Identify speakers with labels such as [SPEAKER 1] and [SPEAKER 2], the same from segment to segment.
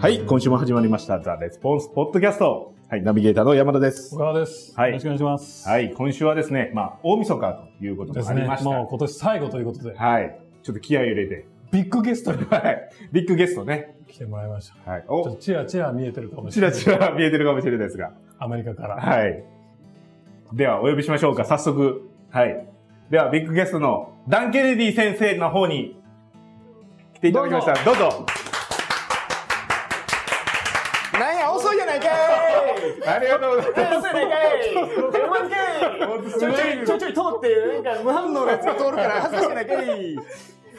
[SPEAKER 1] はい、今週も始まりました、ザ・レスポンス・ポッドキャスト。はい、ナビゲーターの山田です。
[SPEAKER 2] 小川です。
[SPEAKER 1] はい
[SPEAKER 2] よろしくお願いします。
[SPEAKER 1] はい、今週はですね、まあ、大晦日ということ
[SPEAKER 2] で
[SPEAKER 1] も
[SPEAKER 2] す
[SPEAKER 1] あ
[SPEAKER 2] ね
[SPEAKER 1] りまし。た。
[SPEAKER 2] もう今年最後ということで、
[SPEAKER 1] はい、ちょっと気合を入れて、
[SPEAKER 2] ビッグゲストに
[SPEAKER 1] はい、ビッグゲストね。
[SPEAKER 2] 来てもらいました。ち
[SPEAKER 1] はい、
[SPEAKER 2] ょっ
[SPEAKER 1] お、
[SPEAKER 2] とチラチラ見えてるかもし
[SPEAKER 1] ち
[SPEAKER 2] れ
[SPEAKER 1] ら
[SPEAKER 2] ない。
[SPEAKER 1] ちら見えてるかもしれないですが。
[SPEAKER 2] アメリカから。
[SPEAKER 1] はい。では、お呼びしましょうか、早速。はい。では、ビッグゲストのダン・ケネディ先生の方に来ていただきました。どうぞ。
[SPEAKER 3] なんや、遅いやないかい
[SPEAKER 1] ありがとうございます。
[SPEAKER 3] 遅いやないかいうまいか
[SPEAKER 1] 本当
[SPEAKER 3] い
[SPEAKER 1] す
[SPEAKER 3] ち
[SPEAKER 1] ご
[SPEAKER 3] ょ
[SPEAKER 1] い
[SPEAKER 3] いちょいちょいちょい通って、なんか無反応のやつが通るから恥ずかしいやないかい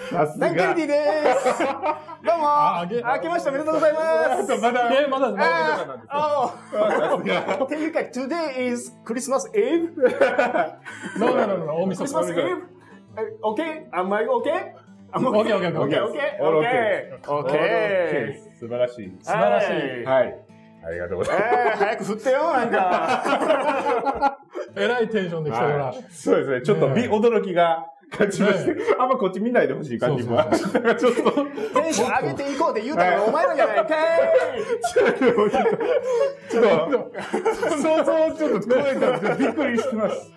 [SPEAKER 1] さす
[SPEAKER 3] ダンケルディ
[SPEAKER 1] が。
[SPEAKER 3] ですどう
[SPEAKER 2] ああげ
[SPEAKER 3] も明けましておめでとうございます
[SPEAKER 1] まだ
[SPEAKER 2] え、まだ、まだ
[SPEAKER 3] あああっていうか、today is Christmas Eve?
[SPEAKER 2] ノーノーノーノー大晦日。
[SPEAKER 3] Christmas Eve? Okay? Am I okay? I'm
[SPEAKER 2] OK OK OK
[SPEAKER 3] Okay,
[SPEAKER 2] OK。
[SPEAKER 3] okay,
[SPEAKER 1] All
[SPEAKER 3] okay. Okay.
[SPEAKER 1] 素晴らしい。
[SPEAKER 2] 素晴らしい。
[SPEAKER 1] はい。ありがとうござ
[SPEAKER 3] え
[SPEAKER 1] いま
[SPEAKER 3] ー、早く振ってよ、なんか。
[SPEAKER 2] えらいテンションで来たから。
[SPEAKER 1] す。そうですね。ちょっとび、
[SPEAKER 2] ねえ
[SPEAKER 1] 驚きが感じまして、あんまこっち見ないでほしい感じもある。なんかちょっと、
[SPEAKER 3] テンション上げていこうって言うたらお前らじゃないかい
[SPEAKER 1] ちょっと、想像をちょっと超えたんですけど、びっくりしてます。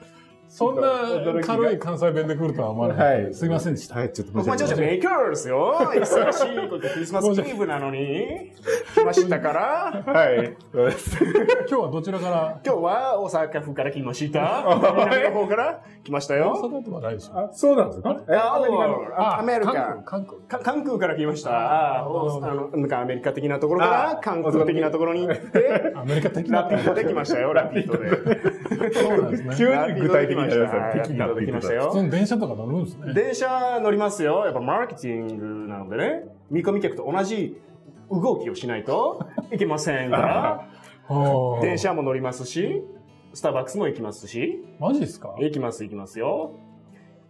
[SPEAKER 2] そんな軽い関西弁で来るとは思わなかった。すいませんでした。
[SPEAKER 1] はい、ちょっと
[SPEAKER 3] 僕もちょっと
[SPEAKER 1] い。
[SPEAKER 3] 勉強ですよ。忙しいことクリスマスイーブなのに来ましたから。
[SPEAKER 1] はい。そうです。
[SPEAKER 2] 今日はどちらから
[SPEAKER 3] 今日は大阪府から来ま した。南の方から来ました
[SPEAKER 2] 大
[SPEAKER 3] よ。
[SPEAKER 2] 阪とはないでしょ。
[SPEAKER 1] あ、そうなんですかえ
[SPEAKER 3] あアメリカの
[SPEAKER 2] あ
[SPEAKER 3] あアメリ
[SPEAKER 2] 韓
[SPEAKER 3] カ。
[SPEAKER 2] 国、韓国。
[SPEAKER 3] か関空から来ました。あ
[SPEAKER 2] ほど
[SPEAKER 3] あのなんかアメリカ的なところから
[SPEAKER 1] あ
[SPEAKER 3] 韓国的なところに行 って、
[SPEAKER 2] アメリカ的
[SPEAKER 3] ラ
[SPEAKER 2] な
[SPEAKER 3] ピ。ードで来ましたよ、ラピードで。
[SPEAKER 2] そうなんですね。
[SPEAKER 1] 急に具体的になりましたね。
[SPEAKER 3] ラピー
[SPEAKER 1] 敵になっ
[SPEAKER 3] ド
[SPEAKER 1] て
[SPEAKER 3] で
[SPEAKER 1] き
[SPEAKER 3] 来
[SPEAKER 1] ま
[SPEAKER 3] ま
[SPEAKER 1] し
[SPEAKER 3] したた
[SPEAKER 1] よ。
[SPEAKER 2] 普通
[SPEAKER 3] よ。
[SPEAKER 2] に電車とか乗るんですね。
[SPEAKER 3] 電車乗りますよ。やっぱマーケティングなのでね、見込み客と同じ動きをしないといけませんから。
[SPEAKER 2] はあ
[SPEAKER 3] 電。車も乗りますし、スターバックスも行きますし、
[SPEAKER 2] マジですか
[SPEAKER 3] 行きます行きますよ。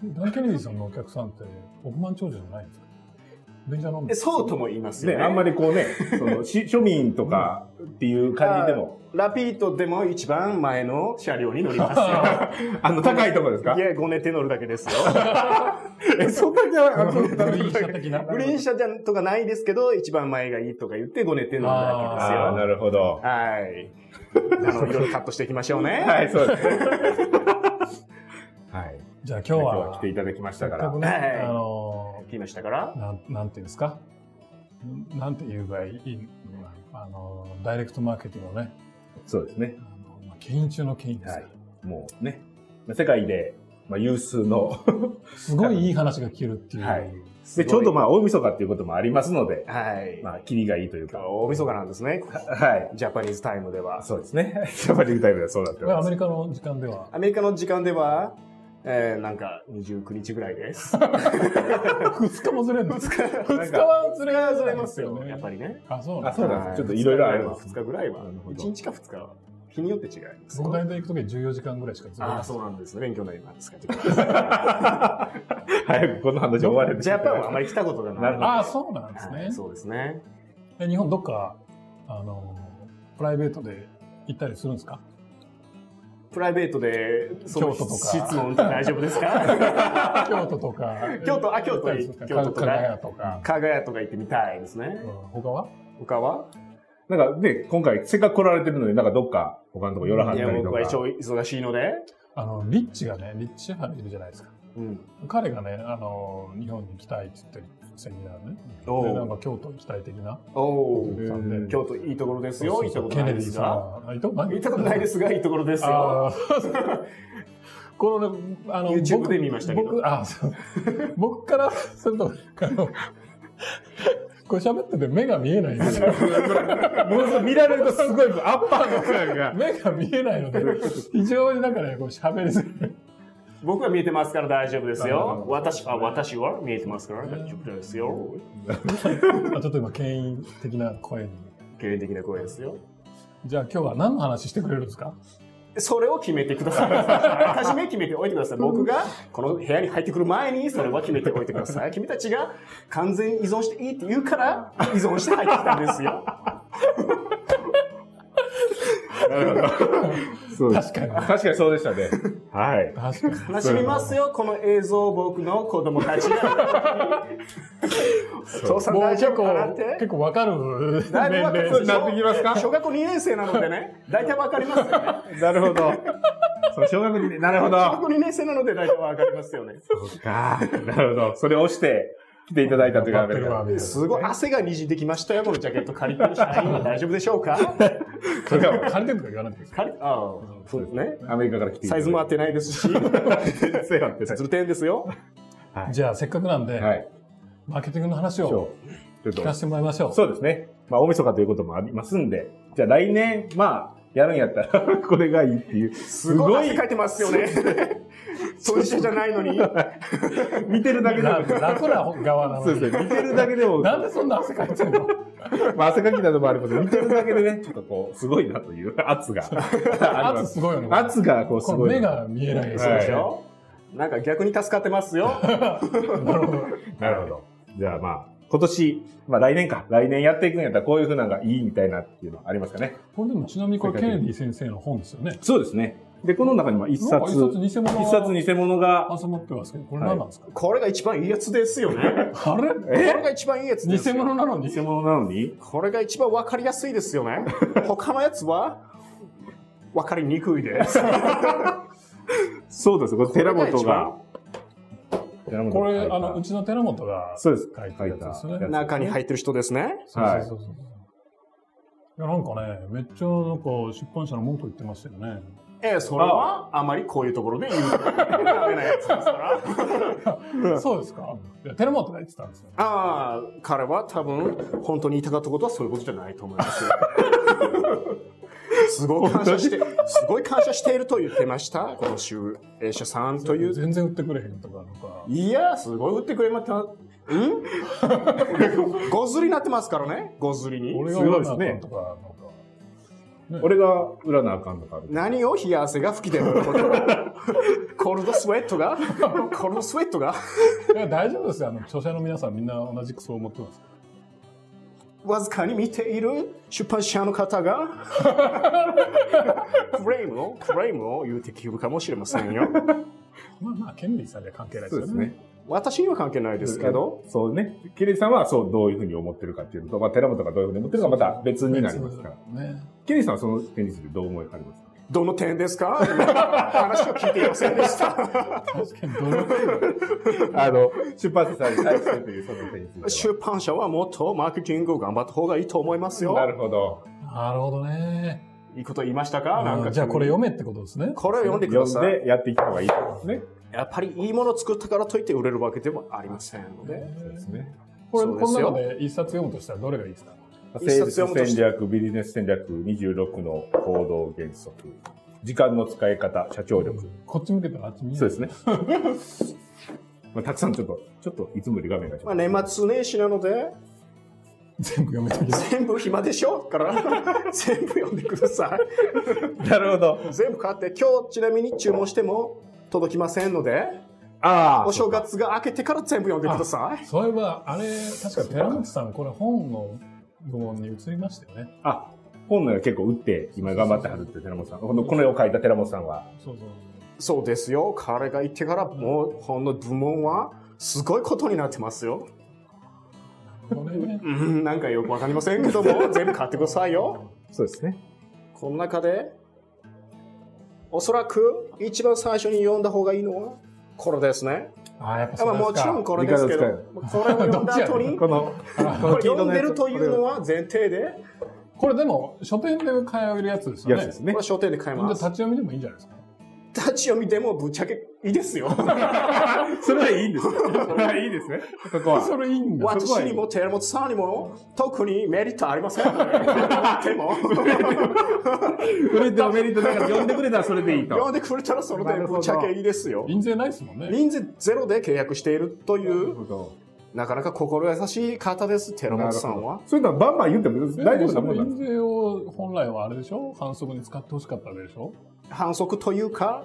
[SPEAKER 2] ダン・ケネディさんのお客さんって億万長者じゃないんですか電車なん
[SPEAKER 3] え
[SPEAKER 2] です
[SPEAKER 3] そうとも言いますよ
[SPEAKER 1] ね、
[SPEAKER 3] ね。
[SPEAKER 1] あんま
[SPEAKER 3] り。
[SPEAKER 1] りこ うね、その、し庶民とかっていう感じでも、
[SPEAKER 3] ラピートでも一番前の車両に乗ります
[SPEAKER 1] あの、高いとこですか
[SPEAKER 3] よ。いや、ごねて乗るだけです よ。
[SPEAKER 1] え、そんなにあ
[SPEAKER 2] グリーン車的な。
[SPEAKER 3] グリーン車じゃんとかないですけど、一番前がいいとか言ってごねて乗るだけです
[SPEAKER 1] あーな
[SPEAKER 3] よ。
[SPEAKER 1] るほど。
[SPEAKER 3] はい。あの、いろいろカットしていきましょうね。
[SPEAKER 1] はい、そう ですね。はい。
[SPEAKER 2] じゃあ今日
[SPEAKER 1] 今日は
[SPEAKER 2] は
[SPEAKER 1] 来、ていただきましたから。
[SPEAKER 2] せっね、
[SPEAKER 3] はい
[SPEAKER 2] あの
[SPEAKER 3] 来ましたから
[SPEAKER 2] ー、。なん、なんていうんですかんなんて言うがいいのかなあのー、ダイレクトマーケティングのね、
[SPEAKER 1] そうですね
[SPEAKER 2] あ。のまあ、牽引中の牽引ですよ、
[SPEAKER 1] はもうね、世界で、まあ、有数 の、
[SPEAKER 2] すごいいい話が聞けるっていう。
[SPEAKER 1] はい
[SPEAKER 3] す
[SPEAKER 1] で、
[SPEAKER 3] ごい
[SPEAKER 1] ちょうどまあ、大晦日っていうこともありますので、
[SPEAKER 3] はい。
[SPEAKER 1] まあ、キリがいいというか。
[SPEAKER 3] 大晦日なんですね。
[SPEAKER 1] はい。
[SPEAKER 3] ジャパニーズタイムでは。
[SPEAKER 1] そうですね。ジャパニングタイムではそうなって
[SPEAKER 2] これ
[SPEAKER 1] ま
[SPEAKER 2] ア
[SPEAKER 1] す
[SPEAKER 2] メ。リカの時間では、
[SPEAKER 3] アメリカの時間では、えー、なんか29日ぐらい です。
[SPEAKER 2] 2日もずれるんですか
[SPEAKER 1] なん
[SPEAKER 2] 2日
[SPEAKER 1] か
[SPEAKER 2] はず
[SPEAKER 3] そ
[SPEAKER 2] れ
[SPEAKER 3] れ
[SPEAKER 2] る
[SPEAKER 3] は
[SPEAKER 2] ん
[SPEAKER 3] ずれ
[SPEAKER 2] で
[SPEAKER 3] ますよ、
[SPEAKER 2] ね
[SPEAKER 3] やっぱりね。
[SPEAKER 2] あ、そうなん
[SPEAKER 1] あ、
[SPEAKER 2] です
[SPEAKER 1] そうなんです。ちょっといろいろあります。
[SPEAKER 3] 2日ぐらいは
[SPEAKER 1] なる。ほど
[SPEAKER 3] 1日か2日は。日によって違います
[SPEAKER 2] 僕。大体行くとき14時間ぐらいしかずれない
[SPEAKER 3] ああ、
[SPEAKER 2] です
[SPEAKER 3] そうなんですね。勉強になりますか。
[SPEAKER 1] 早くこの話終われて。
[SPEAKER 3] ジャパンはあまり来たことがない。
[SPEAKER 1] なるほど
[SPEAKER 2] あー、そうなんです
[SPEAKER 3] は
[SPEAKER 2] ね
[SPEAKER 3] い。そうですね。
[SPEAKER 2] え日本どっか、あの、プライベートで行ったりするんですか
[SPEAKER 3] プライベートで、その
[SPEAKER 2] 京都とか
[SPEAKER 3] 質問って大丈夫ですか
[SPEAKER 2] 京 都とか。
[SPEAKER 3] 京都あ京都
[SPEAKER 2] 行ったりするんですか
[SPEAKER 3] 京都と
[SPEAKER 2] か加
[SPEAKER 3] か
[SPEAKER 2] 賀屋とか。
[SPEAKER 3] 加賀屋とか行ってみたいですね
[SPEAKER 2] う。ん他は
[SPEAKER 3] 他は
[SPEAKER 1] なんかね、今回、せっかく来られてるのになんかどっか、他のとこ寄らはっ
[SPEAKER 3] い
[SPEAKER 1] た
[SPEAKER 3] や、
[SPEAKER 1] りと
[SPEAKER 3] 僕は一
[SPEAKER 1] か。
[SPEAKER 3] 応忙しいので。
[SPEAKER 2] あの、リッチがね、リッチシェファーいるじゃないですか。
[SPEAKER 3] うん。
[SPEAKER 2] 彼がね、あの、日本に行きたいって言ってるセミナーね。
[SPEAKER 3] お
[SPEAKER 2] で、なん
[SPEAKER 3] う
[SPEAKER 2] か京都行きたい的な。
[SPEAKER 3] おう
[SPEAKER 1] へー
[SPEAKER 3] 京都いいところですよ。
[SPEAKER 2] そう
[SPEAKER 3] いい
[SPEAKER 2] そ
[SPEAKER 3] と
[SPEAKER 2] う
[SPEAKER 3] こ
[SPEAKER 2] ケ
[SPEAKER 3] ろな
[SPEAKER 2] ネデ
[SPEAKER 3] いで
[SPEAKER 2] ィ
[SPEAKER 3] す
[SPEAKER 2] さん
[SPEAKER 3] が。
[SPEAKER 2] は。あ行ったことない
[SPEAKER 3] 見たことないですが、いいところですよ。
[SPEAKER 2] あー このね、あの、
[SPEAKER 3] YouTube
[SPEAKER 2] 僕
[SPEAKER 3] で見ましたけど
[SPEAKER 2] 僕、あ、そう。僕からすると、あの、これ喋ってて目が見えないんですよ。
[SPEAKER 1] もうそう見られるとすごいアッパーの感が。
[SPEAKER 2] 目が見えない ので、非常になんかね、こう喋りづらい。
[SPEAKER 3] 僕は見えてますから大丈夫です
[SPEAKER 2] なるほ
[SPEAKER 3] よ
[SPEAKER 2] ど。
[SPEAKER 3] 私あ私は見えてますから大丈夫ですよ。
[SPEAKER 2] あちょっと今、牽引的な声に。
[SPEAKER 3] 経営的な声ですよ。
[SPEAKER 2] じゃあ今日は何の話してくれるんで すか
[SPEAKER 3] それを決めてく ださい。あらかじめ決めておいてください。僕がこの部屋に入ってくる前にそれは決めておいてく ださい。君たちが完全に依存していいって言うから依存して入ってきたんで すよ。
[SPEAKER 1] なるほど。そうです
[SPEAKER 2] 確かに。
[SPEAKER 1] 確かにそうでしたね。はい。
[SPEAKER 2] 確かに。
[SPEAKER 3] 悲しみますよ、この映像を僕の子供たちが。 お父さん
[SPEAKER 2] もう
[SPEAKER 3] 大丈
[SPEAKER 2] 結
[SPEAKER 3] 夫かな
[SPEAKER 2] 構
[SPEAKER 3] っ、て
[SPEAKER 2] 結。構わかる
[SPEAKER 3] だいぶ
[SPEAKER 2] 年
[SPEAKER 3] わかる
[SPEAKER 2] 齢
[SPEAKER 3] でしょ
[SPEAKER 1] なってきますか
[SPEAKER 3] 小学校2年生なのでね、大体わかりますよね。
[SPEAKER 1] なるほど。そう、小学に、なるほ
[SPEAKER 3] 小学
[SPEAKER 1] ど。
[SPEAKER 3] 校2年生なので大体わかりますよね。
[SPEAKER 1] そうか。なるほど。それを押して来ていただいたという
[SPEAKER 2] わ
[SPEAKER 1] わ
[SPEAKER 2] か
[SPEAKER 1] け
[SPEAKER 2] っ
[SPEAKER 1] で
[SPEAKER 2] てる。わ、みたいな。
[SPEAKER 3] すごい汗が滲んできましたよ、このジャケット借りてる社員大丈夫でしょうか
[SPEAKER 1] それが
[SPEAKER 2] 借りてるとか言わないんですか
[SPEAKER 3] 借り、ああ、そうですね。
[SPEAKER 1] アメリカから来ていた
[SPEAKER 3] サ
[SPEAKER 1] だ
[SPEAKER 3] イ
[SPEAKER 1] い
[SPEAKER 3] ズも合ってないですし、
[SPEAKER 1] て。そうなんです
[SPEAKER 3] ずる点ですよ。
[SPEAKER 2] じゃあ、せっかくなんで、
[SPEAKER 1] はい。
[SPEAKER 2] マーケティングの話を
[SPEAKER 1] そう。ちょ
[SPEAKER 2] 聞
[SPEAKER 1] っ
[SPEAKER 2] か
[SPEAKER 1] と
[SPEAKER 2] せてもらいましょう。
[SPEAKER 1] そうですね。まあ、大晦日ということもありますんで、じゃあ来年、まあ、やるんやったら、これがいいっていう。す
[SPEAKER 3] すごい汗かいてますよね。当事者じゃないのに。
[SPEAKER 1] 見てる だけで
[SPEAKER 2] ラ
[SPEAKER 1] も。
[SPEAKER 2] 楽な側な
[SPEAKER 1] そ
[SPEAKER 2] の
[SPEAKER 1] う
[SPEAKER 2] に。
[SPEAKER 1] ですね。見てるだけでも、
[SPEAKER 2] なんでそんな汗かいてんの
[SPEAKER 1] まあ、汗かきなどもありますけど見てるだけでね、ちょっとこう、すごいなという圧が。ありま
[SPEAKER 2] 圧すごいよね。
[SPEAKER 1] 圧がこう、す
[SPEAKER 2] この
[SPEAKER 1] ごい。
[SPEAKER 2] 目が見えないです
[SPEAKER 3] そう
[SPEAKER 1] は
[SPEAKER 3] で
[SPEAKER 1] い
[SPEAKER 3] しょなんか逆に助かってますよ。
[SPEAKER 2] なるほど。
[SPEAKER 1] なるほど。じゃあまあ、今年、まあ来年か。来年やっていくんやったらこういうふうなのがいいみたいなっていうのはありますかね。
[SPEAKER 2] これでもちなみにこれケネディ先生の本ですよね。
[SPEAKER 1] そうですね。で、この中にまあ一
[SPEAKER 2] なんか
[SPEAKER 1] 冊、
[SPEAKER 2] 一冊偽物が
[SPEAKER 1] 一冊偽物が、
[SPEAKER 2] 挟まってますけど、これ何なんですか、
[SPEAKER 3] これが一番いいやつですよ
[SPEAKER 2] あ
[SPEAKER 3] ね。
[SPEAKER 2] れ
[SPEAKER 3] これが一番いいやつです
[SPEAKER 2] 偽
[SPEAKER 3] よ。
[SPEAKER 2] 物なのに
[SPEAKER 1] 偽物なのに、
[SPEAKER 3] これが一番わかりやすいですよね。他のやつは、わかりにくいです。
[SPEAKER 1] そうです。これ寺本
[SPEAKER 3] これが
[SPEAKER 1] が、寺本
[SPEAKER 2] こ
[SPEAKER 1] が書
[SPEAKER 2] れ、
[SPEAKER 1] いた
[SPEAKER 2] あの、うちの寺本が
[SPEAKER 1] そうです。
[SPEAKER 2] 書いたやつですよね。
[SPEAKER 3] 中に入ってる人ですね。
[SPEAKER 2] そうそうそうそう。いや、なんかね、めっちゃなんか出版社の文句言ってましたよ ね。
[SPEAKER 3] ええ、それはあまりこういうところで言うとダメなやつですから。
[SPEAKER 2] そうですかいや、寺本が言ってたんですよ。
[SPEAKER 3] ああ、彼は多分、本当に言いたかったことはそういうことじゃないと思いますよ。すごい感謝して、すごい感謝していると言ってました。この集英社さんという。
[SPEAKER 2] 全然売ってくれへんとか、なんか。
[SPEAKER 3] いや、すごい売ってくれました。んごずりになってますからね。ごずりに。
[SPEAKER 2] 俺が
[SPEAKER 1] すごいで
[SPEAKER 2] 売
[SPEAKER 1] す
[SPEAKER 2] らなあ
[SPEAKER 1] ね
[SPEAKER 2] かんとか、なんか。
[SPEAKER 1] 俺が裏なあかんのかある。
[SPEAKER 3] 何を冷や汗が吹き出ることをコールドスウェットがコールドスウェットが
[SPEAKER 2] いや、大丈夫ですよ。あの、著者の皆さんみんな同じくそう思ってます。
[SPEAKER 3] わずかに見ている出版社の方がクレームをクレームを言うてきるかもしれませんよ
[SPEAKER 2] まあまあ、ケネディさんには関係ないです
[SPEAKER 1] そう
[SPEAKER 2] よ
[SPEAKER 1] です
[SPEAKER 2] ね。
[SPEAKER 1] ね。
[SPEAKER 3] 私には関係ないですけど
[SPEAKER 1] そうね。ケリーさんはそう、どういうふうに思ってるかっていうのと、まあ、寺本がどういうふうに思ってるかまた別になりますから。
[SPEAKER 2] ら。ね。
[SPEAKER 1] ケリーさんはその点についてどう思いありますか
[SPEAKER 3] どの点ですか話を聞いていませんでした
[SPEAKER 2] 確かに、どの
[SPEAKER 1] あの、出版社さんに対してというその点については
[SPEAKER 3] 出版社はもっとマーケティングを頑張った方がいいと思います
[SPEAKER 1] な
[SPEAKER 3] よ
[SPEAKER 1] るほど。
[SPEAKER 2] なるほどね。
[SPEAKER 3] いいこと言いましたかなん
[SPEAKER 2] あ
[SPEAKER 3] か
[SPEAKER 2] じゃあこれ読めってことですね。
[SPEAKER 3] これを読んでくださ
[SPEAKER 1] 読
[SPEAKER 3] い
[SPEAKER 1] んでやっていった方がいいってことですね。
[SPEAKER 3] やっぱりいいものを作ったからといって売れるわけではありませんので
[SPEAKER 1] そうですね。
[SPEAKER 2] これ、
[SPEAKER 3] そうで
[SPEAKER 2] こ
[SPEAKER 3] すよ
[SPEAKER 2] の中で一冊読むとしたらどれがいいですか
[SPEAKER 3] 一冊
[SPEAKER 1] 政
[SPEAKER 3] 読むと
[SPEAKER 1] 治
[SPEAKER 3] し
[SPEAKER 1] 戦
[SPEAKER 3] て
[SPEAKER 1] 略、ビジネス戦略26の行動原則。時間の使い方、社長力。
[SPEAKER 2] こっち向けたらあっち見え
[SPEAKER 1] そう
[SPEAKER 2] る。
[SPEAKER 1] ですね。 まあ、たくさんちょっと、ちょっといつもより画面がちょっと。
[SPEAKER 3] まあ年末年始なので
[SPEAKER 2] 全部読めと き
[SPEAKER 3] 全部暇でしょから 全部読んでくださ い
[SPEAKER 1] なるほど。
[SPEAKER 3] 全部買って今日ちなみに注文しても届きませんので
[SPEAKER 1] ああ。
[SPEAKER 3] お正月が明けてから全部読んでください
[SPEAKER 2] そういえば、あれ、確か寺本さん、これ本の部門に移りましたよね。
[SPEAKER 1] あ、本の結構打って、今頑張ってはるって寺本さん。このこの絵を描いた寺本さんは。
[SPEAKER 2] そうそう。
[SPEAKER 3] そうですよ彼が言ってからもうほんの部門はすごいことになってますよ
[SPEAKER 2] これね。
[SPEAKER 3] うんなんかよくわかりませんけども全部買ってくださいよ
[SPEAKER 1] そうですね。
[SPEAKER 3] この中でおそらく一番最初に読んだ方がいいのはこれですね
[SPEAKER 2] ああ、やっぱ
[SPEAKER 3] ま
[SPEAKER 2] そ
[SPEAKER 3] あ
[SPEAKER 2] う
[SPEAKER 3] も
[SPEAKER 2] で
[SPEAKER 3] ち
[SPEAKER 2] す
[SPEAKER 3] ろん
[SPEAKER 2] か。
[SPEAKER 3] これですけど
[SPEAKER 1] 理解で
[SPEAKER 3] これを読んだ後に
[SPEAKER 1] この、
[SPEAKER 3] これ読んでるというのは前提で
[SPEAKER 2] これでも、書店で買えるやつですよ
[SPEAKER 1] や
[SPEAKER 2] ね。
[SPEAKER 1] つで
[SPEAKER 2] です
[SPEAKER 3] これ
[SPEAKER 1] ね
[SPEAKER 3] は。商店で買え
[SPEAKER 2] 立
[SPEAKER 3] ま
[SPEAKER 2] ち
[SPEAKER 3] す
[SPEAKER 2] 読みでもいいんじゃないですか。
[SPEAKER 3] 立ち読みでもぶっちゃけいいですよ
[SPEAKER 1] それはいいんですよ。それはいいですね。そこは。
[SPEAKER 2] それいいんだ。
[SPEAKER 3] 私にも寺本さんにも特にメリットありま せんでも
[SPEAKER 1] それでもメリットだから呼んでくれたらそれでいい
[SPEAKER 3] 読
[SPEAKER 1] と。
[SPEAKER 3] んでくれたらそれでぶっちゃけいいですよ
[SPEAKER 2] 印税ないですもんね。
[SPEAKER 3] 臨時ゼロで契約しているという
[SPEAKER 1] そ
[SPEAKER 3] なかなか心優しい方です寺本さんは
[SPEAKER 1] ういうのはバンバン言っても大丈夫なもんなんです
[SPEAKER 2] 印税を本来はあれでしょ反則に使ってほしかったわけでしょ
[SPEAKER 3] 反則というか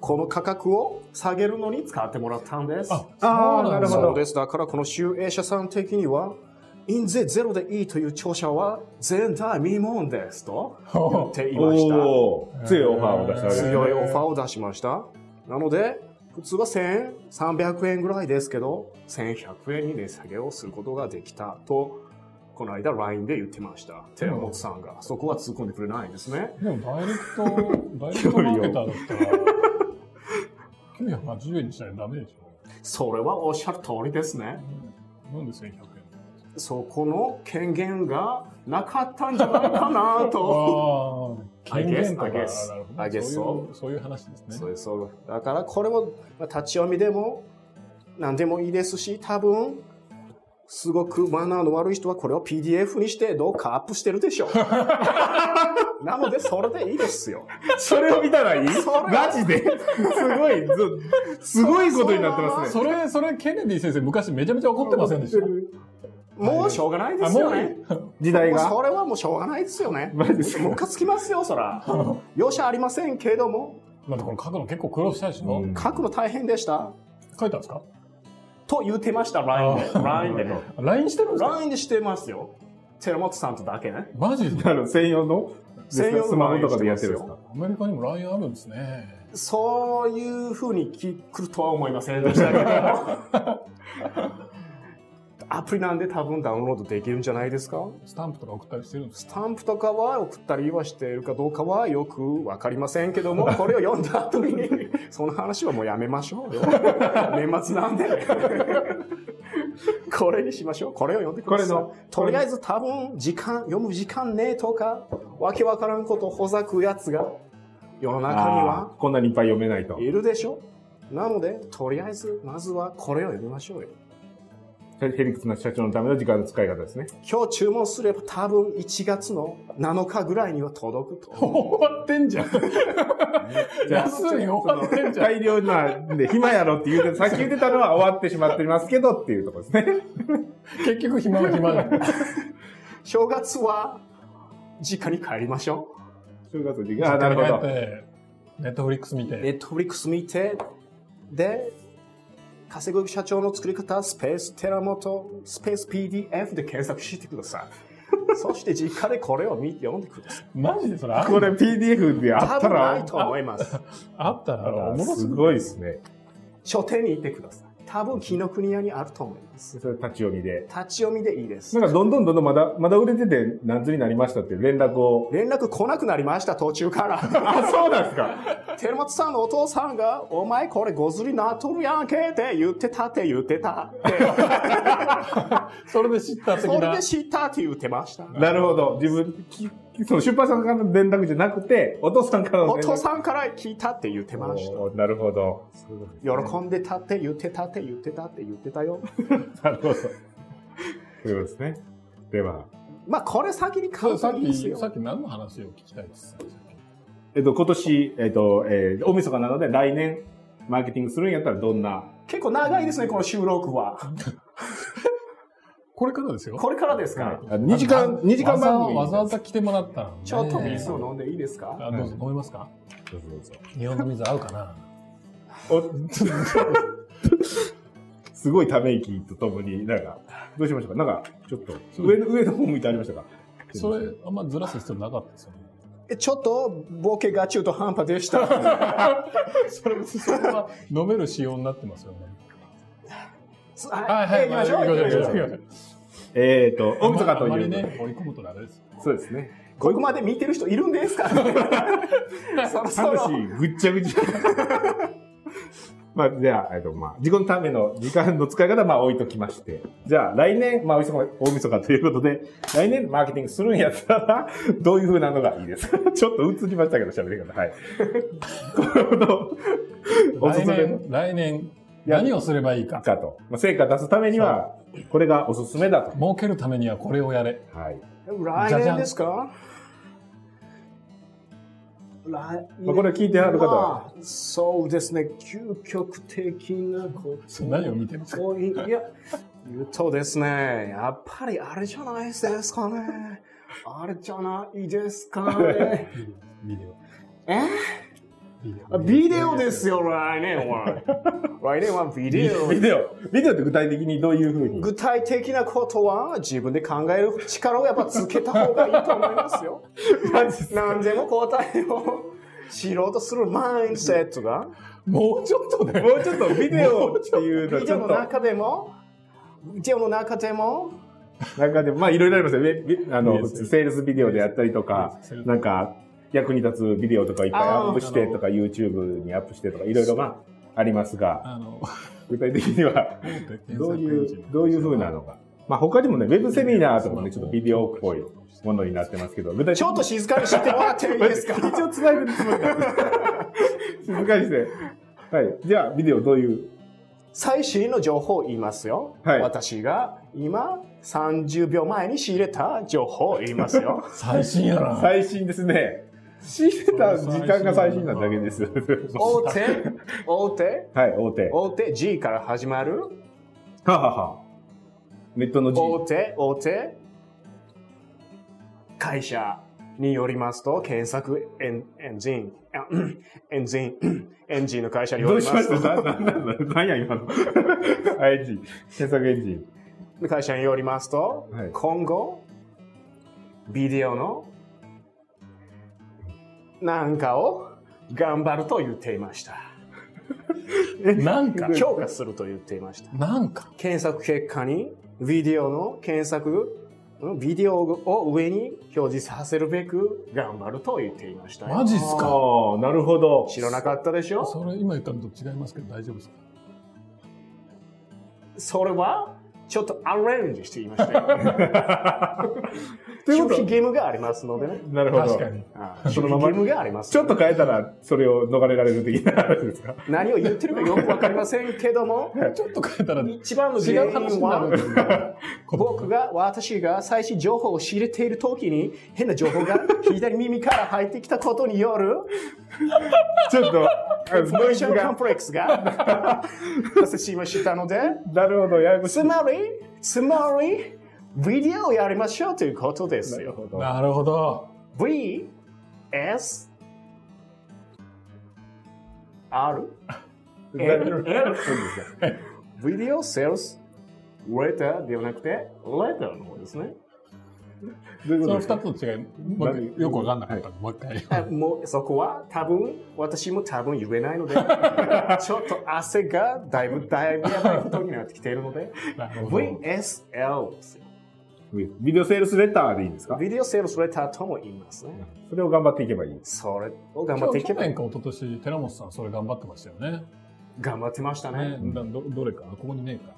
[SPEAKER 3] この価格を下げるのに使ってもらったんです
[SPEAKER 2] あ、
[SPEAKER 1] あー
[SPEAKER 2] そうな
[SPEAKER 1] な
[SPEAKER 2] んだ
[SPEAKER 1] るほど
[SPEAKER 3] そうですだからこの集英社さん的には印税ゼロでいいという著者は前代未聞ですと言
[SPEAKER 2] お
[SPEAKER 3] っ
[SPEAKER 2] う
[SPEAKER 3] ていました。
[SPEAKER 1] おー強いオファーを出したわけですね
[SPEAKER 3] 強いオファーを出しました。なので、普通は1300円ぐらいですけど、1100円に値下げをすることができたと、この間 LINE で言ってました。寺本さんが。そこは突っ込んでくれないんですね。
[SPEAKER 2] でもダイレク ト、ダイレクトマーケターだったら、980円にしたらダメでしょ。
[SPEAKER 3] それはおっしゃる通りですね。
[SPEAKER 2] なんで1100円
[SPEAKER 3] そこの権限がなかったんじゃないかなと。
[SPEAKER 2] ああ、
[SPEAKER 3] I guess,
[SPEAKER 2] 権限とか
[SPEAKER 3] I guess,
[SPEAKER 2] なるほど
[SPEAKER 3] I guess
[SPEAKER 2] そういうそういう話です
[SPEAKER 3] そ
[SPEAKER 2] ね。
[SPEAKER 3] うですそうですだからこれもまあ立ち読みでも何でもいいですし多分すごくマナーの悪い人はこれを PDF にしてどうかアップしてるでしょ うなのでそれでいいですよ
[SPEAKER 1] それを見たらいいマジですごい、ずすごいことになってますね。
[SPEAKER 2] それ、それ、ケネディ先生、昔めちゃめちゃ怒ってませんでした。
[SPEAKER 3] もうしょうがないですよね
[SPEAKER 1] 時代
[SPEAKER 3] もう
[SPEAKER 1] が。
[SPEAKER 3] それはもうしょうがないですよね
[SPEAKER 1] マジですか
[SPEAKER 3] ムカつきますよそ ら容赦ありませんけれども
[SPEAKER 2] だってこれ書くの結構苦労したでしょ、
[SPEAKER 1] うん
[SPEAKER 3] 書くの大変でした
[SPEAKER 2] 書いたんですか
[SPEAKER 3] と言ってました LINE で LINE で
[SPEAKER 2] ?LINE してるんですか
[SPEAKER 3] LINE でしてますよ寺本さんとだけね
[SPEAKER 2] マジで
[SPEAKER 1] なる専用の
[SPEAKER 3] 専用の
[SPEAKER 1] スマホとかでやってるんですか
[SPEAKER 2] アメリカにも LINE あるんですね。
[SPEAKER 3] そういうふうに来るとは思いませんでしたけど。 アプリなんで多分ダウンロードできるんじゃないですか
[SPEAKER 2] スタンプとか送ったりしてるんです
[SPEAKER 3] スタンプとかは送ったりはしているかどうかはよくわかりません けども、これを読んだ後に、その話はもうやめましょ うよ。年末なんで。これにしましょう。これを読んでください
[SPEAKER 1] これの。
[SPEAKER 3] とりあえず多分、時間、読む時間ねえとか、わけわからんことをほざくやつが、世の中には
[SPEAKER 1] あーこんなにいっぱい読めないと。
[SPEAKER 3] いるでしょなので、とりあえず、まずはこれを読みましょうよ。
[SPEAKER 1] ヘリクスの社長のための時間の使い方ですね。
[SPEAKER 3] 今日注文すれば多分1月の7日ぐらいには届くと。
[SPEAKER 2] 終わってんじゃん。安い終わってんじゃん。
[SPEAKER 1] 大量な、で、暇やろって言うて、さっき言ってたのは終わってしまってますけどっていうところですね。
[SPEAKER 2] 結局暇は 暇だ。
[SPEAKER 3] 正月は、実家に帰りましょ
[SPEAKER 1] 正月の時間。あ、なるほ
[SPEAKER 2] 帰っ
[SPEAKER 1] ど。
[SPEAKER 2] て。ネットフリックス見
[SPEAKER 3] う。
[SPEAKER 2] て。
[SPEAKER 3] ネットフリックス見て、で、稼ぐ社長の作り方、スペーステラモト、スペース PDF で検索してください。そして実家でこれを見読んでください。
[SPEAKER 2] マジでそれあ
[SPEAKER 1] これ PDF であ
[SPEAKER 3] 多
[SPEAKER 1] った
[SPEAKER 3] 分な
[SPEAKER 1] ら
[SPEAKER 3] い、と思います。
[SPEAKER 2] あったらおもろす
[SPEAKER 1] す
[SPEAKER 2] ぎ
[SPEAKER 1] ごいですね。
[SPEAKER 3] 書店に行ってください。多分、紀ノ国屋にあると思います。
[SPEAKER 1] それ立ち読みで。
[SPEAKER 3] 立ち読みでいいです
[SPEAKER 1] な。んかどんどんどんどんまだ、まだ売れてて何図になりましたっていう連絡を。
[SPEAKER 3] 連絡来なくなりました、途中 から。
[SPEAKER 1] あ、そうなんですか。
[SPEAKER 3] 寺本さんのお父さんが、お前これごずりなっとるやんけって言ってたって言ってたって。
[SPEAKER 2] それで知った的
[SPEAKER 3] それ
[SPEAKER 2] な
[SPEAKER 3] で。知ったって言ってました。
[SPEAKER 1] なるほど。自分、きその出版社からの連絡じゃなくて、お父さんからの
[SPEAKER 3] お
[SPEAKER 1] 連絡。
[SPEAKER 3] 父さんから聞いたって言ってまし
[SPEAKER 1] おーなるほど。
[SPEAKER 3] た。喜んでたって言ってたって言ってたって言ってたよ。
[SPEAKER 1] なるほど。そういうことですね。では、
[SPEAKER 3] まあこれ先に
[SPEAKER 2] そ
[SPEAKER 3] 買
[SPEAKER 2] う
[SPEAKER 3] う
[SPEAKER 2] さ
[SPEAKER 3] と
[SPEAKER 2] っ
[SPEAKER 3] いいで
[SPEAKER 2] き、
[SPEAKER 3] す
[SPEAKER 2] さっ
[SPEAKER 3] よ。
[SPEAKER 2] き何の話を聞きたいです
[SPEAKER 1] えっと、今年、えっと、えー、大晦日なので来年、マーケティングするんやったらどんな、
[SPEAKER 3] 結構長いですね、この収録は。
[SPEAKER 2] これからですよ。
[SPEAKER 3] これからですから。
[SPEAKER 1] 2時間、二時間番組。
[SPEAKER 2] わざわざ来てもらったのね
[SPEAKER 3] ちょっと水を飲んでいいですか
[SPEAKER 2] あどうぞ飲みますか
[SPEAKER 1] どうぞどうぞ
[SPEAKER 2] 日本の水合うかな
[SPEAKER 1] お すごいため息とともに、なんか、どうしましたかなんか、ちょっと、上の、上の方向いてありましたか
[SPEAKER 2] それ、あんまずらす必要なかったですよね。
[SPEAKER 3] えちょっとボケが中途半端で した。
[SPEAKER 2] それ別にそれは飲める仕様になってますよね。
[SPEAKER 3] はい、はい、行きましょう。行きましょう。
[SPEAKER 1] えっ、と、大晦
[SPEAKER 2] あ
[SPEAKER 1] 日と
[SPEAKER 2] んま
[SPEAKER 1] い
[SPEAKER 2] り
[SPEAKER 1] う、
[SPEAKER 2] ね、追い込むとダメです。
[SPEAKER 1] そうですね。
[SPEAKER 3] ここまで見てる人いるんです かそろそろ
[SPEAKER 1] 話ぐっちゃぐちゃ。まあ、じゃあ、えっと、まあ、自己のための時間の使い方は、まあ、置いときまして。じゃあ、来年、まあ、大晦日、大晦日ということで、来年マーケティングするんやったら、どういう風なのがいいですか ちょっと映りましたけど、喋り 方。はい。これほど、おす
[SPEAKER 2] 来
[SPEAKER 1] すめの
[SPEAKER 2] 年、来年、
[SPEAKER 1] いや
[SPEAKER 2] 何をすればいいか。
[SPEAKER 1] かと。まあ、成果出すためには、これがおすすめだと。
[SPEAKER 2] 儲けるためにはこれをやれ。
[SPEAKER 1] はい。
[SPEAKER 3] 来年ですか来
[SPEAKER 1] まあ、これを聞いてある方は、
[SPEAKER 3] まあそうですね、究極的なこ
[SPEAKER 2] それ何を見てますか
[SPEAKER 3] と。いや、言うとですね、やっぱりあれじゃないですかね。 あれじゃないですかね。
[SPEAKER 2] ビデオ。
[SPEAKER 3] えあビデオですよ、来年は。来年はビデオ。
[SPEAKER 1] ビデオ。ビデオって具体的にどういうふうに
[SPEAKER 3] 具体的なことは自分で考える力をやっぱつけた方がいいと思いま すよ。何でも答えを知ろうとするマインドセットが。
[SPEAKER 2] もうちょっとね
[SPEAKER 1] もうちょっとビデオっていうの
[SPEAKER 3] ビ
[SPEAKER 1] ち
[SPEAKER 3] デオ
[SPEAKER 1] ょ
[SPEAKER 3] の
[SPEAKER 1] っと
[SPEAKER 3] 中でも、ビデオの中でも、
[SPEAKER 1] なんかでもまあいろいろありますよね。ウェあ
[SPEAKER 2] いい
[SPEAKER 1] の、
[SPEAKER 2] ですね
[SPEAKER 1] セールスビデオであったりとか
[SPEAKER 2] セール、ス
[SPEAKER 1] なんか役に立つビデオとかいっぱいアップして
[SPEAKER 2] あー
[SPEAKER 1] とか YouTube にアップしてとかいろいろまあありますが、
[SPEAKER 2] あの
[SPEAKER 1] 具体的にはどういう、どういうふうなのが。まあ他にもね、ウェブセミナーとかもね、ちょっとビデオっぽいものになってますけど、具体
[SPEAKER 3] ち
[SPEAKER 1] 的
[SPEAKER 3] ょ
[SPEAKER 1] に
[SPEAKER 3] っと静かにしてもらっていいですか
[SPEAKER 1] 一応繋いでるつもりだった。静かにして。はい。じゃあ、ビデオどういう。
[SPEAKER 3] 最新の情報を言いますよ。
[SPEAKER 1] はい
[SPEAKER 3] 私が今30秒前に仕入れた情報を言いますよ。
[SPEAKER 2] 最新やな
[SPEAKER 1] 最新ですね。仕入れた時間が最新なだけです。
[SPEAKER 3] 大手、大手、
[SPEAKER 1] はい、大手。は
[SPEAKER 3] 大手 G から始まる
[SPEAKER 1] はは。ネットの G。
[SPEAKER 3] 大手、大手、会社によりますと、検索エンエンジン、あ うんエン ジン、エンジンの会社によ
[SPEAKER 1] どう
[SPEAKER 3] り
[SPEAKER 1] し
[SPEAKER 3] ま
[SPEAKER 1] ますし
[SPEAKER 3] と
[SPEAKER 1] た、な、な、な、ななんや今の。 あエンジン。検索エンジン。
[SPEAKER 3] 会社によりますと、
[SPEAKER 1] はい
[SPEAKER 3] 今後、ビデオのなんかを頑張ると言っていました。
[SPEAKER 2] なんか
[SPEAKER 3] 強化すると言っていました。
[SPEAKER 2] なんか
[SPEAKER 3] 検索結果にビデオの検索、うんビデオを上に表示させるべく頑張ると言っていましたよ。
[SPEAKER 2] マジっす
[SPEAKER 1] あ
[SPEAKER 2] か
[SPEAKER 1] あ、なるほど。
[SPEAKER 3] 知らなかったでしょ
[SPEAKER 2] それ今言ったのと違いますけど大丈夫ですか
[SPEAKER 3] それはちょっとアレンジしてい ましたよ。
[SPEAKER 1] という
[SPEAKER 3] 消
[SPEAKER 1] こと
[SPEAKER 3] 費義務がありますのでね。
[SPEAKER 1] なるほど。
[SPEAKER 2] 確かに
[SPEAKER 3] あ
[SPEAKER 1] そ
[SPEAKER 3] 消
[SPEAKER 1] の
[SPEAKER 3] 費
[SPEAKER 1] ま
[SPEAKER 3] 義
[SPEAKER 1] ま
[SPEAKER 3] 務があります。
[SPEAKER 1] ちょっと変えたら、それを逃れられる的な話です か。
[SPEAKER 3] 何を言ってるかよくわかりませんけども、
[SPEAKER 2] ちょっと変えたら違
[SPEAKER 3] 一番の原
[SPEAKER 2] う話
[SPEAKER 3] 因
[SPEAKER 2] にな
[SPEAKER 3] は
[SPEAKER 2] る んだ
[SPEAKER 3] 僕が、私が最新情報を仕入れている時に変な情報 が左耳から入ってきたことによる
[SPEAKER 1] ちょっと、あ
[SPEAKER 3] ノ
[SPEAKER 1] ノ
[SPEAKER 3] イ
[SPEAKER 1] イ
[SPEAKER 3] シ
[SPEAKER 1] ズ
[SPEAKER 3] ョンコ
[SPEAKER 1] が
[SPEAKER 3] ン。プレックスが 発生しましたので、
[SPEAKER 1] なるほど、ややこしい
[SPEAKER 3] つ。まり、つまり、ビデオをやりましょうということですよ。
[SPEAKER 1] ど
[SPEAKER 2] なるほど
[SPEAKER 3] V, S, R,
[SPEAKER 1] な
[SPEAKER 3] L, ビデオセールス、レターではなくて、レターの方ですね。
[SPEAKER 1] どういう
[SPEAKER 2] そ
[SPEAKER 1] こと
[SPEAKER 2] の
[SPEAKER 1] ですか
[SPEAKER 2] 2つの違いもう一回よくわかんなかったんでもう一回
[SPEAKER 3] あもうそこは多分、私も多分言え ないので、ちょっと汗がだいぶだいぶやばいことになってきているので、
[SPEAKER 2] なるほど
[SPEAKER 3] VSL ですよ。
[SPEAKER 1] ビデオセールスレターでいいんですか
[SPEAKER 3] ビデオセールスレターとも言いますね。
[SPEAKER 1] それを頑張っていけばいい。
[SPEAKER 3] それを頑張っていけ
[SPEAKER 2] 去
[SPEAKER 3] ば
[SPEAKER 2] 年か一昨年寺本さんそれ頑張ってましたよね
[SPEAKER 3] 頑張ってましたね。
[SPEAKER 2] ねだどどれかここにねえか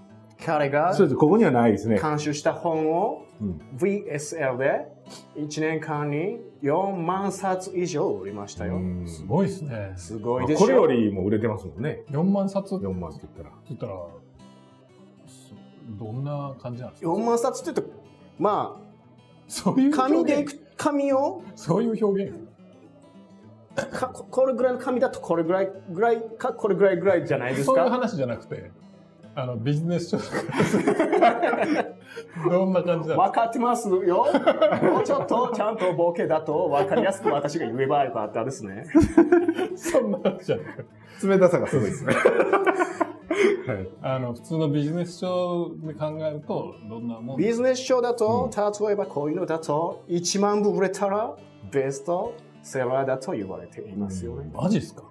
[SPEAKER 3] 彼が
[SPEAKER 1] そうです。ここにはないですね。
[SPEAKER 3] 監修した本を
[SPEAKER 1] うん
[SPEAKER 3] VSL で1年間に4万冊以上売りました
[SPEAKER 1] う
[SPEAKER 3] よ。
[SPEAKER 1] ん
[SPEAKER 2] すごいですね
[SPEAKER 3] すごいでしょ
[SPEAKER 1] これよりも売れてますもんね。
[SPEAKER 2] 4万冊って
[SPEAKER 1] 4万って言ったら。
[SPEAKER 2] 言ったらそどんな感じなんですか
[SPEAKER 3] 4万冊って言うと、ま
[SPEAKER 2] そういう
[SPEAKER 3] あ、紙でいく、紙を、
[SPEAKER 2] そういう表現
[SPEAKER 3] かここれぐらいの紙だとこれぐらい、ぐらいか、これぐらいぐらいじゃないです
[SPEAKER 2] そういう
[SPEAKER 3] か。
[SPEAKER 2] 話じゃなくてあのビジネス書と かどんな感じなんですか
[SPEAKER 3] 分かってますよ。もうちょっとちゃんとボケだと分かりやすく私が言えばよかったですね。
[SPEAKER 2] そんな話じゃなくて
[SPEAKER 1] 冷たさがすごいですね。
[SPEAKER 2] あの普通のビジネス書で考えるとどんなもん
[SPEAKER 3] ビジネス書だと、例えばこういうのだと、1万部売れたらベストセラーだと言われていますよね。
[SPEAKER 2] マジっすか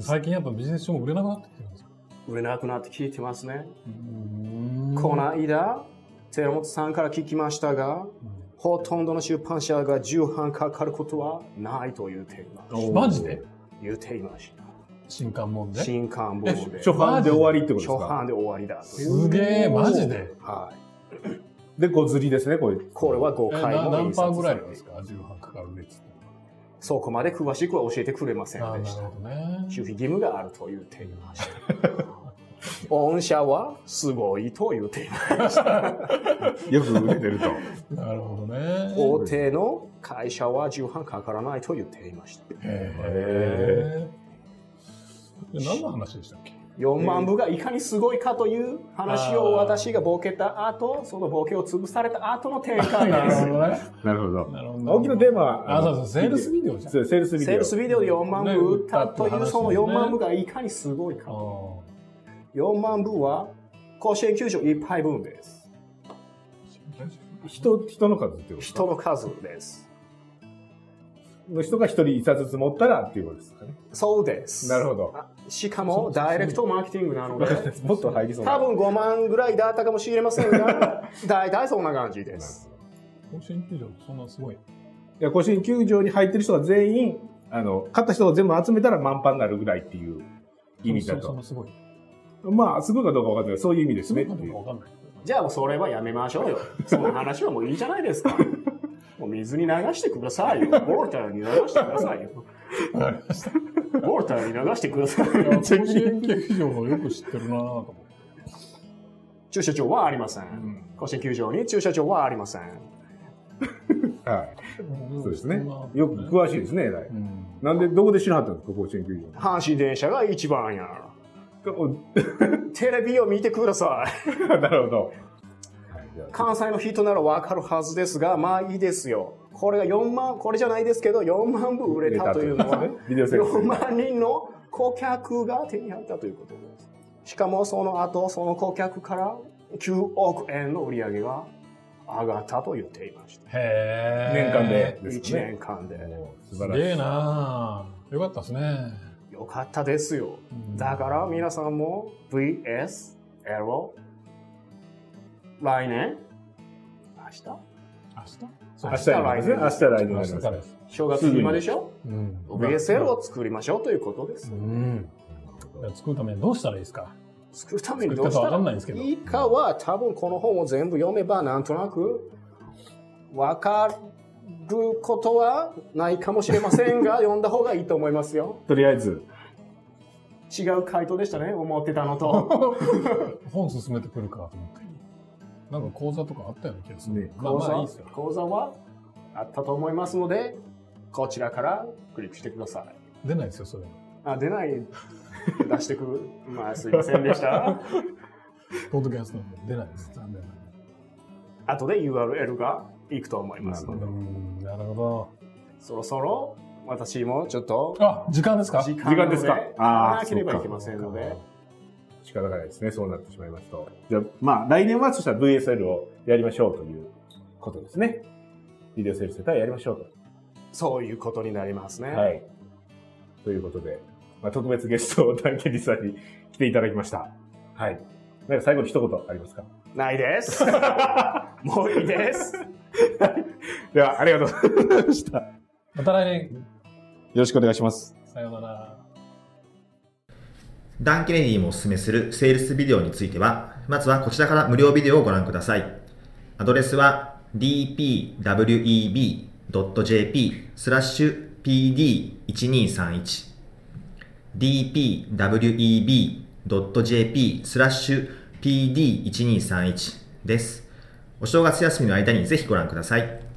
[SPEAKER 2] 最近やっぱビジネス書も売れなくなってきてるんですか
[SPEAKER 3] 売れなくなって聞いてますね。こ
[SPEAKER 2] こ
[SPEAKER 3] の間、寺本さんから聞きましたが、
[SPEAKER 2] ん
[SPEAKER 3] ほとんどの出版社が重版かかることはないと言うていました。
[SPEAKER 2] マジで
[SPEAKER 3] 言うていました。
[SPEAKER 2] 新刊もんで
[SPEAKER 3] 新刊本で、
[SPEAKER 1] 初版で終わりってことで
[SPEAKER 3] 初
[SPEAKER 1] すか
[SPEAKER 3] 版で終わりだという。
[SPEAKER 2] すげえマジで
[SPEAKER 3] はい。
[SPEAKER 1] で、小釣りですね、これ。
[SPEAKER 3] これは誤
[SPEAKER 2] え
[SPEAKER 3] 解
[SPEAKER 2] な
[SPEAKER 3] の
[SPEAKER 2] 何パーぐらい
[SPEAKER 3] 印
[SPEAKER 2] なんです
[SPEAKER 3] 刷
[SPEAKER 2] か重版かかる率って
[SPEAKER 3] そこまで詳しくは教えてくれませ
[SPEAKER 2] ああ
[SPEAKER 3] んで
[SPEAKER 2] な
[SPEAKER 3] し
[SPEAKER 2] る
[SPEAKER 3] た。
[SPEAKER 2] ほどね
[SPEAKER 3] 守秘義務があると言っていました。御社はすごいと言っています。
[SPEAKER 1] よく売れてると。
[SPEAKER 2] なるほどね
[SPEAKER 3] 大手の会社は重版かからないと言っていました。
[SPEAKER 2] へえ何の話でしたっけ
[SPEAKER 3] 4万部がいかにすごいかという話を私がボケた後、そのボケを潰された後の転換
[SPEAKER 2] な
[SPEAKER 3] で
[SPEAKER 2] る
[SPEAKER 3] す
[SPEAKER 2] ほ。どね。
[SPEAKER 1] なるほど。
[SPEAKER 2] なるほど。
[SPEAKER 1] 青木のテーマは、
[SPEAKER 2] あ、そうそう、セールスビデオじゃん。
[SPEAKER 1] そうセールスビデオ。
[SPEAKER 3] セールスビデオで4万部売っ
[SPEAKER 2] ね売った
[SPEAKER 3] たという
[SPEAKER 2] って話だよね
[SPEAKER 3] その4万部がいかにすごいか。4万部は甲子園球場1杯分です。
[SPEAKER 1] 人、人の数ってこと
[SPEAKER 3] 人の数です。
[SPEAKER 1] の人が一人一冊ずつ持ったらっていうことですかね。
[SPEAKER 3] そうです。
[SPEAKER 1] なるほど。
[SPEAKER 3] あしかもダイレクトマーケティングなの
[SPEAKER 1] わかんない
[SPEAKER 3] で、
[SPEAKER 1] ですもっと入りそうな。
[SPEAKER 3] 多分5万ぐらいだったかもしれません が、大体そんな感じ
[SPEAKER 1] な
[SPEAKER 3] で
[SPEAKER 1] る
[SPEAKER 3] す。
[SPEAKER 1] ほど
[SPEAKER 2] 甲子園球場ってそんなすごい。
[SPEAKER 1] いや、甲子園球場に入ってる人が全員、あの、勝った人を全部集めたら満帆になるぐらいっていう意味だ
[SPEAKER 2] そ
[SPEAKER 1] と。
[SPEAKER 2] もそもすごい。
[SPEAKER 1] まあ、すごいかどうかわかんないけど、そういう意味です
[SPEAKER 2] す
[SPEAKER 1] ね
[SPEAKER 2] ご
[SPEAKER 1] っ
[SPEAKER 2] い
[SPEAKER 1] て
[SPEAKER 2] かど
[SPEAKER 1] いう
[SPEAKER 2] か
[SPEAKER 1] う。
[SPEAKER 2] わかんない。
[SPEAKER 3] じゃあもうそれはやめましょう よ。その話はもういいじゃないですか。もう水に流してくださいよ。ウォルターに流してくださいよ。
[SPEAKER 2] わかりました。
[SPEAKER 3] ウォルターに流してください
[SPEAKER 2] いや
[SPEAKER 3] よ。
[SPEAKER 2] 甲子園球場をよく知ってるなぁと思って。
[SPEAKER 3] 駐車場はありませ。
[SPEAKER 1] うんん
[SPEAKER 3] 甲子園球場に駐車場はありません。
[SPEAKER 1] はい。そうですね
[SPEAKER 2] んな。
[SPEAKER 1] よく詳しいですね、えらい。
[SPEAKER 2] うん。
[SPEAKER 1] なんで、どこで知らはったんですか、甲子園球
[SPEAKER 3] 阪神電車が一番や。
[SPEAKER 1] 場。
[SPEAKER 3] テレビを見てください。
[SPEAKER 1] なるほど。はいじゃあ
[SPEAKER 3] 関西の人ならわかるはずですが、まあいいですよ。これが4万、これじゃないですけど、4万部売れたというのは、
[SPEAKER 1] ビデオセット
[SPEAKER 3] 4万人の顧客が手に入ったということです。しかもその後、その顧客から9億円の売り上げが上がったと言っていました。
[SPEAKER 2] へー
[SPEAKER 1] 年間で。です
[SPEAKER 3] 1
[SPEAKER 1] ね。
[SPEAKER 3] 年間で。
[SPEAKER 1] もう素
[SPEAKER 2] す
[SPEAKER 1] 晴
[SPEAKER 2] げ
[SPEAKER 1] らし
[SPEAKER 2] え
[SPEAKER 1] い。
[SPEAKER 2] なぁよかったですね。
[SPEAKER 3] よかったですよ。
[SPEAKER 2] うん
[SPEAKER 3] だから皆さんも VS エロ来年明日
[SPEAKER 2] 明日
[SPEAKER 1] 明
[SPEAKER 2] そう
[SPEAKER 1] 日やりますね。明日来年
[SPEAKER 2] 明
[SPEAKER 1] ありま
[SPEAKER 2] 日か
[SPEAKER 1] す
[SPEAKER 2] ら。です。
[SPEAKER 3] 正月暇でしょ
[SPEAKER 2] うん。
[SPEAKER 3] ?VS エロを作りましょうということです。
[SPEAKER 2] うん。じゃあ作るためにどうしたらいいですか
[SPEAKER 3] 作るため
[SPEAKER 2] 作
[SPEAKER 3] に
[SPEAKER 2] っ
[SPEAKER 3] どう
[SPEAKER 2] た
[SPEAKER 3] し
[SPEAKER 2] か
[SPEAKER 3] た
[SPEAKER 2] わからんないんですけど。
[SPEAKER 3] いいかは多分この本を全部読めばなんとなくわかることはないかもしれませんが読んだ方がいいと思いますよ。
[SPEAKER 1] とりあえず、
[SPEAKER 3] 違う回答でしたね、思ってたのと。
[SPEAKER 2] 本進めてくるかと思って。なんか講座とかあったような気がする
[SPEAKER 1] ね。
[SPEAKER 2] まあまあいいですよ。
[SPEAKER 3] 講座はあったと思いますので、こちらからクリックしてください。
[SPEAKER 2] 出ないですよ、それ。
[SPEAKER 3] あ、出ない。出してくる。まあ、すいません でした。
[SPEAKER 2] ポッドキャストなんで出ないです。残念なが
[SPEAKER 3] 後で URL がいくと思います
[SPEAKER 2] ら
[SPEAKER 3] の
[SPEAKER 2] う
[SPEAKER 3] で。
[SPEAKER 2] ん、なるほ
[SPEAKER 3] そろそろ、私もちょっと、
[SPEAKER 2] ど。あ、時間ですか
[SPEAKER 3] 時
[SPEAKER 1] 時間
[SPEAKER 3] 間
[SPEAKER 1] で
[SPEAKER 3] ですす
[SPEAKER 1] か
[SPEAKER 3] か
[SPEAKER 1] あー
[SPEAKER 3] なければ
[SPEAKER 1] そっ
[SPEAKER 3] い
[SPEAKER 1] か
[SPEAKER 3] けませんので。
[SPEAKER 1] 仕方がないですね。そうなってしまいますと。じゃあ、まあ、来年はそしたら VSL をやりましょうということですね。ビデオセールスターやりましょう
[SPEAKER 3] そういうことになりますね。
[SPEAKER 1] と。はい。ということで、まあ、特別ゲストをダンケリーさんに来ていただきました。はい。なんか最後に一言ありますか
[SPEAKER 3] ないです。 もういいです。
[SPEAKER 1] では、ありがとうございました。よ
[SPEAKER 2] また来年、
[SPEAKER 1] ろしくお願いします。
[SPEAKER 2] さようなら。
[SPEAKER 4] ダン・ケネディもおすすめするセールスビデオについては、まずはこちらから無料ビデオをご覧ください。アドレスは dpweb.jp スラッシュ pd1231 dpweb.jp スラッシュ pd1231 です。お正月休みの間にぜひご覧ください。